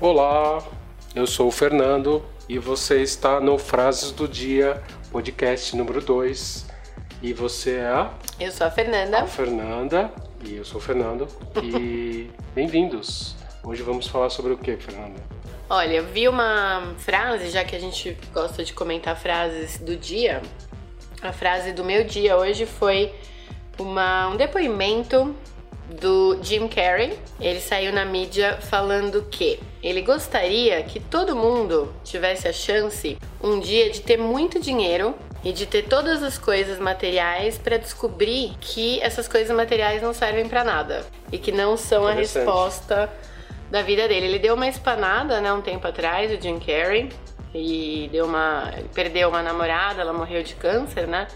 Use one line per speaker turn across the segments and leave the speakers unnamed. Olá, eu sou o Fernando e você está no Frases do Dia, podcast número 2. E você é a,
Eu sou a Fernanda.
a Fernanda e eu sou o Fernando. E bem-vindos. Hoje vamos falar sobre o que, Fernanda?
Olha, eu vi uma frase, já que a gente gosta de comentar frases do dia. A frase do meu dia hoje foi uma- um depoimento do Jim Carrey. Ele saiu na mídia falando que ele gostaria que todo mundo tivesse a chance um dia de ter muito dinheiro e de ter todas as coisas materiais para descobrir que essas coisas materiais não servem para nada e que não são a
Interessante.
resposta da vida dele. Ele deu uma espanada, né, um tempo atrás, o Jim Carrey, e deu uma, ele perdeu uma namorada, ela morreu de câncer, né?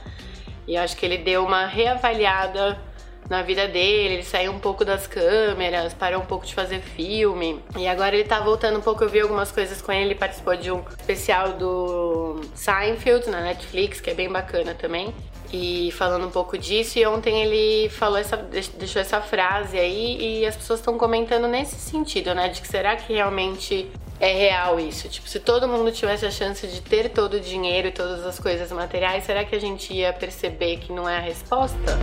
E eu acho que ele deu uma reavaliada na vida dele, ele saiu um pouco das câmeras, parou um pouco de fazer filme. E agora ele tá voltando um pouco, eu vi algumas coisas com ele, ele participou de um especial do Seinfeld na Netflix, que é bem bacana também. E falando um pouco disso, e ontem ele falou essa, deix- deixou essa frase aí e as pessoas estão comentando nesse sentido, né? De que será que realmente é real isso? Tipo, se todo mundo tivesse a chance de ter todo o dinheiro e todas as coisas materiais, será que a gente ia perceber que não é a resposta?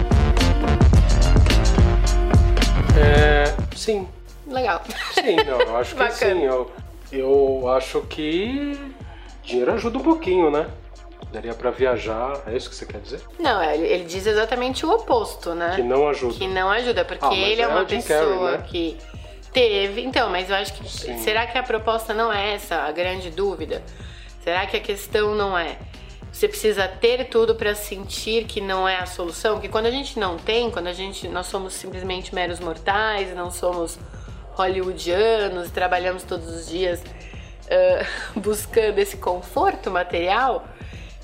É, sim,
Legal.
sim, não, eu acho que
Bacana.
sim. Eu, eu acho que dinheiro ajuda um pouquinho, né? Daria pra viajar, é isso que você quer dizer?
Não, é, ele, ele diz exatamente o oposto, né?
Que não ajuda.
Que não ajuda, porque
Ah, mas
ele é
é
uma
o Jim Carrey,
pessoa
né?
que teve. Então, mas eu acho que.
Sim.
Será que a proposta não é essa a grande dúvida? Será que a questão não é. Você precisa ter tudo pra sentir que não é a solução? Que quando a gente não tem, quando a gente. Nós somos simplesmente meros mortais, não somos hollywoodianos, trabalhamos todos os dias ah, buscando esse conforto material,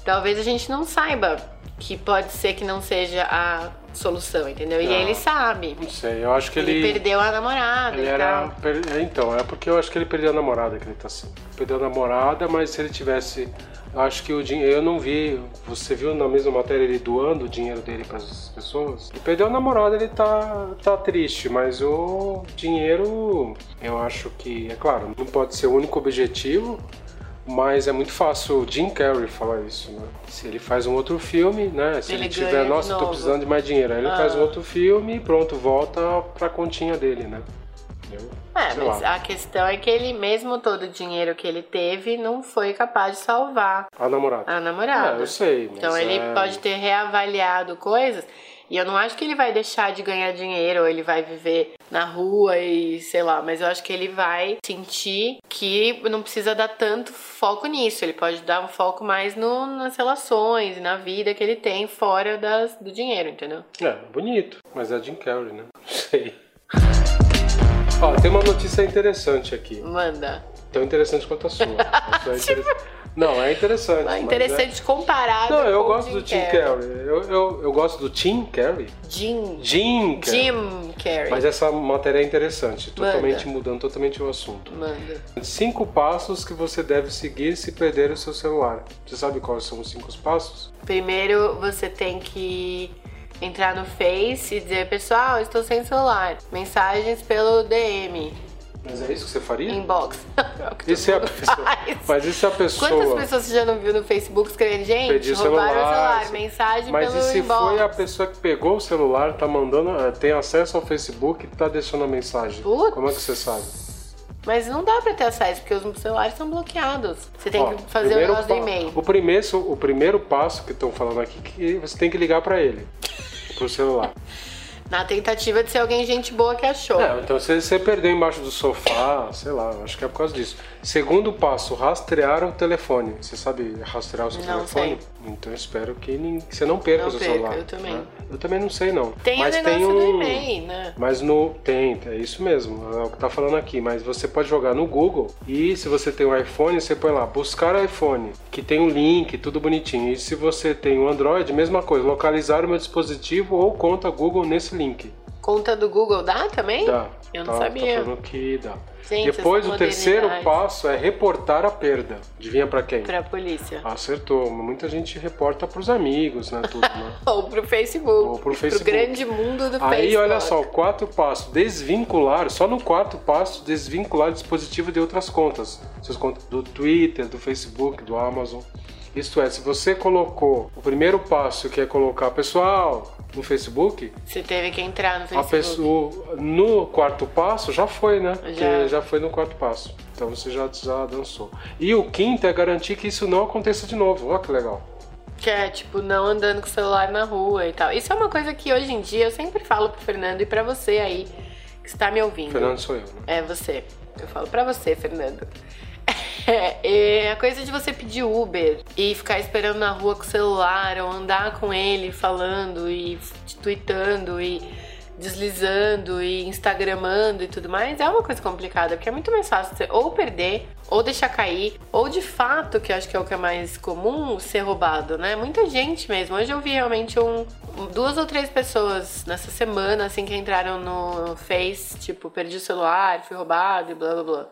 talvez a gente não saiba que pode ser que não seja a solução, entendeu? E
Não.
ele sabe.
Não sei, eu acho que
Ele,
Tá. ele.
perdeu a namorada
Ele
e
era.
tal.
per- é, Então, é porque eu acho que ele perdeu a namorada que ele tá assim. Perdeu a namorada, mas se ele tivesse. Eu acho que o dinheiro. Eu não vi. Você viu na mesma matéria ele doando o dinheiro dele para as pessoas? Ele perdeu a namorada, ele tá, tá triste, mas o dinheiro. Eu acho que. É claro, não pode ser o único objetivo. Mas é muito fácil o Jim Carrey falar isso, né? Se ele faz um outro filme, né? Se ele,
Ele ganha
tiver,
de
nossa, tô
novo."
precisando de mais dinheiro. Aí ele
Ah.
faz um outro filme e pronto, volta pra continha dele, né? Entendeu?
É,
Sei
mas
lá.
a questão é que ele, mesmo todo o dinheiro que ele teve, não foi capaz de salvar
A namorada.
a namorada.
É, eu sei, mas
Então ele
é-
pode ter reavaliado coisas. E eu não acho que ele vai deixar de ganhar dinheiro, ou ele vai viver na rua e sei lá, mas eu acho que ele vai sentir que não precisa dar tanto foco nisso. Ele pode dar um foco mais no- nas relações, na vida que ele tem fora das, do dinheiro, entendeu?
É, bonito. Mas é Jim Carrey, né? Não sei. Ó, tem uma notícia interessante aqui.
Manda.
Tão interessante quanto a sua. A sua é interessante. Não, é interessante.
É
mas
interessante comparar.
Não, eu
com
gosto
Jim
do Tim
Carrey.
Carrey. Eu, eu, eu gosto do Tim Carrey.
Jim.
Jim Carrey.
Jim Carrey.
Mas essa matéria é interessante,
Manda.
totalmente mudando totalmente o assunto.
Manda.
Cinco passos que você deve seguir se perder o seu celular. Você sabe quais são os cinco passos?
Primeiro você tem que entrar no Face e dizer, pessoal, estou sem celular. Mensagens pelo DM,
Mas é isso que você faria?
inbox. É o que todo
Isso é a
mundo
pessoa.
faz.
Mas e se a pessoa.
Quantas pessoas você já não viu no Facebook escrevendo, gente,
Perdi o
roubaram o celular,
se-
mensagem
Mas
pelo
e se
inbox.
foi a pessoa que pegou o celular, tá mandando, eh, tem acesso ao Facebook e tá deixando a mensagem?
Putz.
Como é que você sabe?
Mas não dá pra ter acesso, porque os celulares são bloqueados. Você tem
Ó,
que fazer o
primeiro
negócio
pa-
do e-mail.
O primeiro, o primeiro passo que estão falando aqui que você tem que ligar pra ele. Pro celular.
Na tentativa de ser alguém gente boa que achou.
É, então se você perdeu embaixo do sofá, sei lá, acho que é por causa disso. Segundo passo, rastrear o telefone. Você sabe rastrear o seu
Não
telefone? Então eu espero que, nin- que você não perca
Não
o seu
perca,
celular.
eu também.
né? Eu também não sei não.
Tem
Mas
o negócio
tem um...
do e-mail, né?
Mas no. Tem, é isso mesmo, é o que tá falando aqui. Mas você pode jogar no Google e se você tem um iPhone, você põe lá, buscar iPhone, que tem um link, tudo bonitinho. E se você tem um Android, mesma coisa, localizar o meu dispositivo ou conta Google nesse link.
Conta do Google dá também?
Dá.
Eu não
Tá-
sabia.
Tá falando que dá.
Gente,
Depois,
essa
o terceiro
modernidade.
passo é reportar a perda. Adivinha pra quem?
Pra polícia.
Acertou. Muita gente reporta pros amigos, né? Tudo, né?
Ou pro Facebook.
Ou pro Facebook.
grande mundo do Facebook.
Aí, olha só, o quarto passo, desvincular, só no quarto passo, desvincular dispositivo de outras contas. Suas contas do Twitter, do Facebook, do Amazon. Isto é, se você colocou o primeiro passo, que é colocar pessoal no Facebook,
Você teve que entrar no
a
Facebook.
pessoa no quarto passo já foi, né?
Já.
Porque já foi no quarto passo. Então você já, já dançou. E o quinto é garantir que isso não aconteça de novo. Olha que legal.
Que é, tipo, não andando com o celular na rua e tal. Isso é uma coisa que hoje em dia eu sempre falo pro Fernando e pra você aí que está me ouvindo.
Fernando sou eu, né?
É você. Eu falo pra você, Fernando. É, é a coisa de você pedir Uber e ficar esperando na rua com o celular ou andar com ele falando e te tweetando e deslizando e instagramando e tudo mais é uma coisa complicada, porque é muito mais fácil você ou perder, ou deixar cair, ou de fato, que eu acho que é o que é mais comum, ser roubado, né? Muita gente mesmo. Hoje eu vi realmente um, duas ou três pessoas nessa semana, assim, que entraram no Face, tipo, perdi o celular, fui roubado e blá blá blá.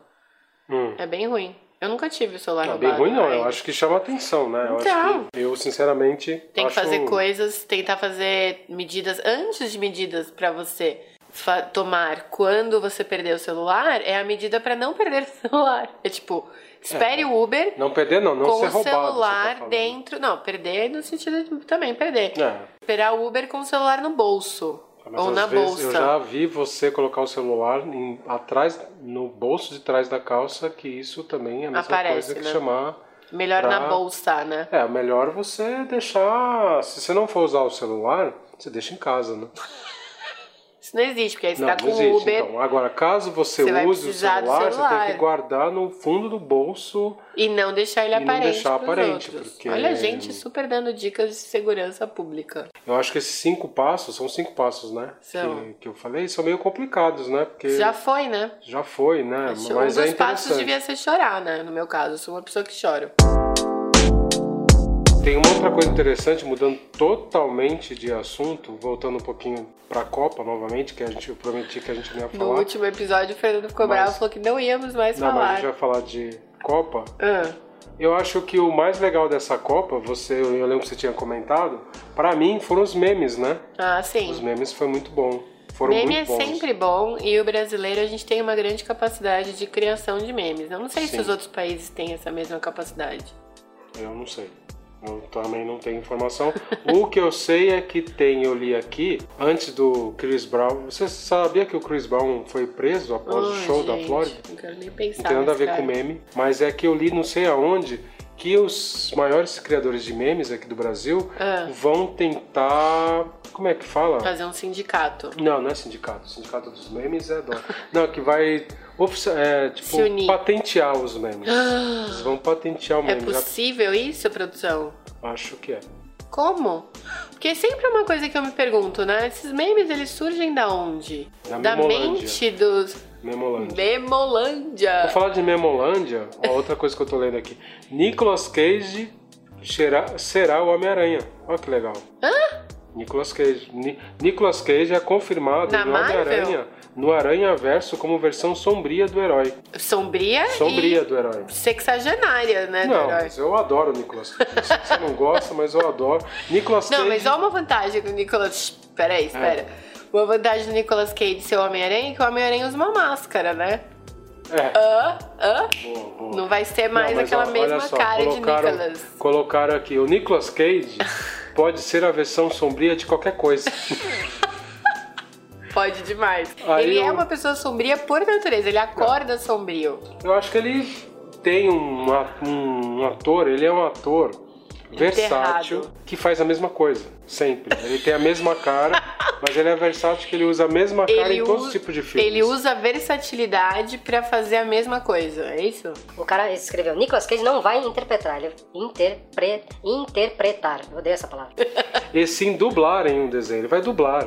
Hum.
É bem ruim. Eu nunca tive o celular
Não,
roubado.
bem ruim não,
mas
eu acho que chama atenção, né? Eu
Então.
acho que eu, sinceramente,
Tem que
acho um
fazer coisas, tentar fazer medidas antes de medidas pra você fa- tomar quando você perder o celular, é a medida pra não perder o celular. É tipo,
É.
espere o Uber
Não perder não, não
com
ser
o
roubado.
celular
você tá falando.
dentro, não, perder no sentido de também perder.
É.
Esperar o Uber com o celular no bolso
Ah, Mas
ou
às
na
vezes
bolsa.
Eu já vi você colocar o celular em- atrás, no bolso de trás da calça, que isso também é a mesma
Aparece,
coisa que
né?
chamar.
Melhor
pra-
na bolsa, né?
É, melhor você deixar. Se você não for usar o celular, você deixa em casa, né?
Isso não existe, porque aí você
não,
tá
não
com o
existe.
Uber
Então, agora, caso você,
Você vai
use o
precisar do
celular, você tem
celular.
que guardar no fundo do bolso
E não deixar ele
E não
aparente.
deixar
pros
aparente,
outros.
porque-
Olha, gente, super dando dicas de segurança pública.
Eu acho que esses cinco passos, são cinco passos, né?
São.
Que, que eu falei, são meio complicados, né? Porque
Já foi, né?
já foi, né?
Acho-
Mas
um
é
dos passos
interessante.
devia ser chorar, né? No meu caso, eu sou uma pessoa que chora.
Tem uma outra coisa interessante, mudando totalmente de assunto, voltando um pouquinho pra Copa novamente, que a gente eu prometi que a gente não ia
No
falar.
último episódio, o Fernando ficou
Mas-
bravo e falou que não íamos mais
não, mas a
falar.
gente vai falar de Copa.
Ah,
Eu acho que o mais legal dessa Copa, você, eu lembro que você tinha comentado, pra mim foram os memes, né?
ah,
Os
sim.
memes foi muito bom. Foram
Meme
muito
é
bons.
sempre bom e o brasileiro a gente tem uma grande capacidade de criação de memes. Eu não sei se
Sim.
os outros países têm essa mesma capacidade.
Eu não sei. Eu também não tenho informação. o que eu sei é que tem, eu li aqui, antes do Chris Brown. Você sabia que o Chris Brown foi preso após o
Ai,
show da
gente,
Flórida?
Não quero nem pensar.
Não tem nada a
nesse
ver
cara.
com meme, mas é que eu li não sei aonde que os maiores criadores de memes aqui do Brasil
Ah.
vão tentar. Como é que fala?
Fazer um sindicato.
Não, não é sindicato. Sindicato dos memes é dó. Não, que vai ofici- é, tipo,
Se unir.
patentear os memes. Eles vão patentear o
É
meme. já-
possível isso, produção?
Acho que é.
Como? Porque sempre é uma coisa que eu me pergunto, né? Esses memes, eles surgem da onde?
Da Memolândia.
mente dos...
Memolândia. Vou
Memolândia.
falar de Memolândia, uma outra coisa que eu tô lendo aqui. Nicolas Cage será, será o Homem-Aranha. Olha que legal. Nicolas Cage. Ni- Nicolas Cage é confirmado
Na
no
Marvel?
Homem-Aranha, no Aranha Verso, como versão sombria do herói.
Sombria,
Sombria do herói.
e sexagenária, né, do
Não,
herói.
mas eu adoro o Nicolas Cage. Eu sei que Você não gosta, mas eu adoro. Nicolas
Não,
Cage.
mas olha uma vantagem do Nicolas...
É.
Peraí, espera. Uma vantagem do Nicolas Cage ser o Homem-Aranha é que o Homem-Aranha usa uma máscara, né?
É.
Hã? Hã?
Boa, boa.
Não vai ser mais
Não, mas
aquela
ó, olha
mesma
só,
cara de
colocaram-
Nicolas.
Colocaram aqui, o Nicolas Cage pode ser a versão sombria de qualquer coisa.
Pode demais.
Aí
ele é
eu-
uma pessoa sombria por natureza, ele acorda sombrio.
Eu acho que ele tem um, a- um ator, ele é um ator versátil que faz a mesma coisa, sempre. Ele tem a mesma cara, mas ele é versátil que ele usa a mesma cara em todos
u-
os tipos de filmes.
ele usa versatilidade pra fazer a mesma coisa, é isso?
O cara escreveu, Nicolas Cage não vai interpretar, ele interpre, interpretar. Eu odeio essa palavra.
E sim dublar em um desenho, ele vai dublar.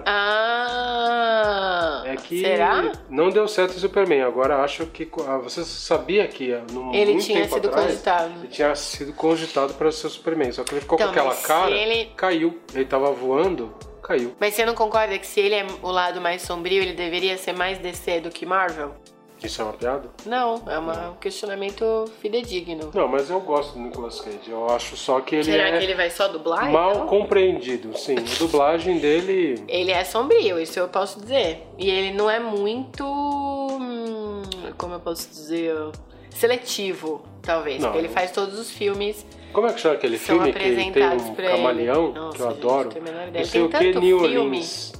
Ah!
É que
Será?
não deu certo o Superman. Agora acho que. co- ah, Você sabia que ah, num,
Ele
muito
tinha
tempo
sido
atrás,
cogitado.
Ele tinha sido cogitado para ser o Superman. Só que ele ficou
Então,
com aquela
mas se
cara,
ele-
caiu. Ele tava voando caiu.
Mas você não concorda que se ele é o lado mais sombrio, ele deveria ser mais DC do que Marvel?
Isso é uma piada?
Não, é uma- um questionamento fidedigno.
Não, mas eu gosto do Nicolas Cage. Eu acho só que ele
Será
é
que ele vai só dublar?
mal
então?
compreendido. Sim, a dublagem dele.
Ele é sombrio, isso eu posso dizer. E ele não é muito. hum, Como eu posso dizer? Seletivo, talvez.
Não.
Porque ele faz todos os filmes.
Como é que chama aquele
São
filme que tem
apresentados
um
pra ele.
camaleão
Nossa,
que eu
gente,
adoro?
não tenho a menor ideia.
Não sei
Tem
o que
tanto
New
filme.
Orleans.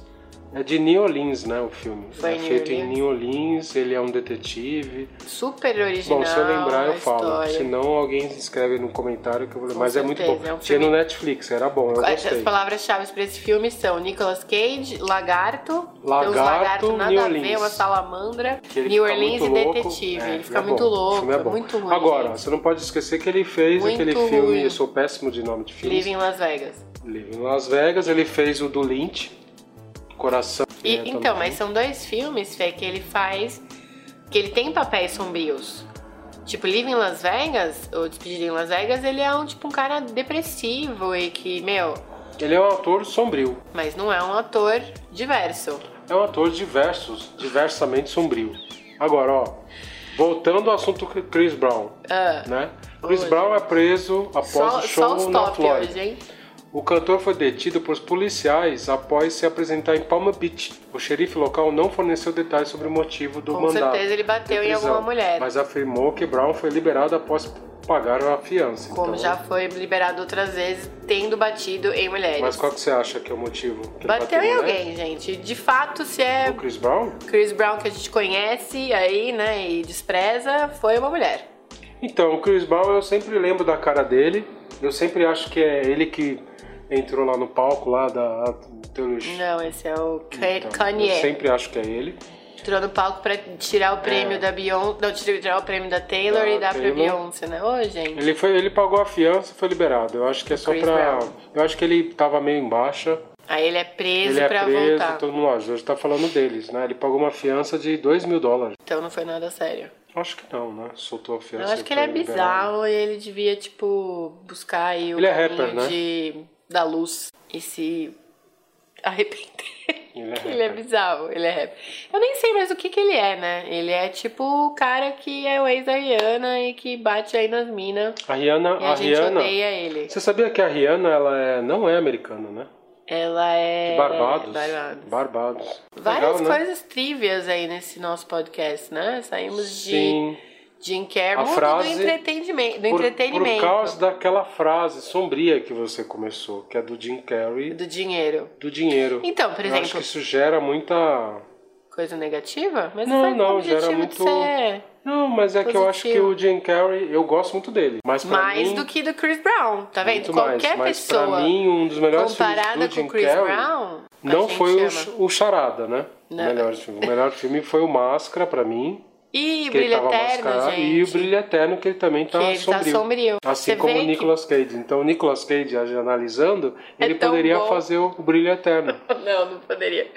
É de New Orleans, né? O filme.
Foi
é
em New
feito em
Orleans.
New Orleans, ele é um detetive.
Super original.
Bom, se eu lembrar, eu
a
falo.
história.
Se não, alguém escreve no comentário que eu vou ler.
Com
Mas é
certeza,
muito bom.
é um
Tinha
filme-
no Netflix, era bom, eu
As
gostei.
palavras-chave pra esse filme são Nicolas Cage, Lagarto, tem uns
Lagarto,
lagartos nada
New
a ver,
Orleans.
uma salamandra,
Que ele
New
fica
Orleans e
muito louco.
Detetive.
É,
ele fica
é bom.
muito
O
louco,
filme é bom.
muito ruim.
Agora,
gente.
você não pode esquecer que ele fez
Muito
aquele filme,
ruim.
eu sou péssimo de nome de filme.
Live em Las Vegas.
Live em Las Vegas, ele fez o do Lynch, Coração.
E-
né,
então,
também.
mas são dois filmes, Fê, que ele faz. que ele tem papéis sombrios. Tipo, Live em Las Vegas, ou Despedida em Las Vegas, ele é um tipo um cara depressivo e que, meu,
Ele é um ator sombrio.
mas não é um ator diverso.
É um ator diversos, diversamente sombrio. Agora, ó, voltando ao assunto que Chris Brown,
Ah,
né? Chris
Hoje.
Brown é preso após
só,
o
só
show
os
na
top
Flórida.
hoje, hein?
O cantor foi detido por policiais após se apresentar em Palm Beach. O xerife local não forneceu detalhes sobre o motivo do
Com
mandado.
certeza ele bateu
de
em
prisão,
alguma mulher.
Mas afirmou que Brown foi liberado após pagar a fiança.
Como
então-
já foi liberado outras vezes, tendo batido em mulheres.
Mas qual que você acha que é o motivo? Que ele
Bateu em
né?
alguém, gente. De fato, se
O
é
Chris Brown?
Chris Brown que a gente conhece aí, né, e despreza, foi uma mulher.
Então, o Chris Brown eu sempre lembro da cara dele. Eu sempre acho que é ele que entrou lá no palco lá da teologia.
Não, esse é o Ka-
Então,
Kanye.
Eu sempre acho que é ele.
Entrou no palco pra tirar o prêmio da Beyoncé. Não, tirar o prêmio da Taylor
Da
e dar pra
Taylor.
Beyoncé, né? Ô, gente.
Ele, foi, ele pagou a fiança e foi liberado. Eu acho que é só
Chris
pra.
Brown.
Eu acho que ele tava meio em baixa.
Aí ele é preso
ele é
pra
preso,
voltar.
todo mundo. ó, A gente tá falando deles, né? Ele pagou uma fiança de 2 mil dólares.
Então não foi nada sério.
Acho que não, né? Soltou a fiança.
Eu acho que
e
ele é
foi liberado.
bizarro e ele devia, tipo, buscar aí o
Ele é
caminho
rapper, né?
de... da luz e se arrepender.
Ele é
Ele é
rapper.
bizarro, ele é rapper. Eu nem sei mais o que que ele é, né? Ele é tipo o cara que é o ex da Rihanna e que bate aí nas minas.
A Rihanna.
E
A,
a, gente
Rihanna.
odeia ele.
Você sabia que a Rihanna ela é- não é americana, né?
Ela é...
Barbados.
Barbados.
Barbados.
Várias
Legal, né?
coisas trivias aí nesse nosso podcast, né? Saímos
Sim.
de Jim Carrey,
A
mundo
frase-
do entretenimento. Do
Por, por
entretenimento
causa daquela frase sombria que você começou, que é do Jim Carrey,
do dinheiro.
do dinheiro.
Então, por
Eu acho que
exemplo,
isso gera muita.
coisa negativa? Mas
Não,
sabe qual
não,
o objetivo
gera
de
muito-
ser
Não, mas é que eu acho que
Positivo.
o Jim Carrey, eu gosto muito dele. Mas pra
mais
mim,
do que do Chris Brown, tá vendo?
muito
Qualquer
mais, mas
pessoa
Pra mim, um dos melhores
comparada
filmes do
com
Jim
o Chris
Carrey
Brown, a
não
gente
foi o,
ama.
Ch- o Charada, né?
Não.
O melhor filme. O melhor filme foi o Máscara, pra mim.
E
que ele
Brilho
tava
Eterno,
mascarado,
gente.
E o Brilho Eterno, que ele também tá
que ele tá
sombrio.
sombrio.
Assim
Você
como
vê
o Nicolas Cage. Então, o Nicolas Cage, a- analisando,
É
ele
tão
poderia
bom.
fazer o Brilho Eterno.
Que... Não, não poderia.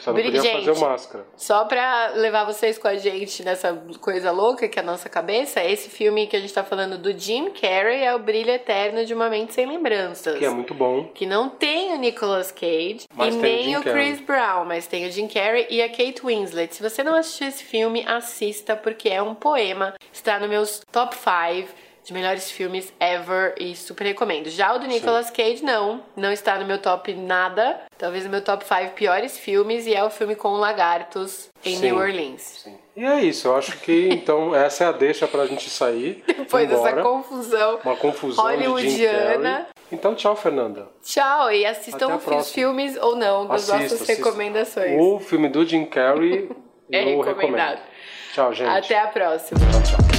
Só não
Brilho-
podia fazer o
Gente.
Máscara.
Só pra levar vocês com a gente nessa coisa louca que é a nossa cabeça, esse filme que a gente tá falando do Jim Carrey é o Brilho Eterno de Uma Mente Sem Lembranças.
Que é muito bom.
que não tem o Nicolas Cage
Mas tem
e
o
nem
Jim
o, Chris Brown, mas tem o Jim Carrey e a Kate Winslet. Se você não assistiu esse filme, assista porque é um poema. Está no meus top 5 de melhores filmes ever e super recomendo. Já o do Nicolas Cage não, não está no meu top nada. Talvez no meu top 5 piores filmes e é o filme com lagartos em
Sim.
New Orleans.
Sim. E é isso. Eu acho que, então, essa é a deixa pra gente sair.
Depois dessa
embora.
confusão
Uma confusão de Jim Carrey.
hollywoodiana.
Então, tchau, Fernanda.
Tchau e
Até a
assistam os
próxima.
filmes ou não das
Assista,
nossas
assista.
recomendações.
O filme do Jim Carrey
É
eu
recomendado.
recomendo. Tchau, gente.
Até a próxima.
Tchau, tchau.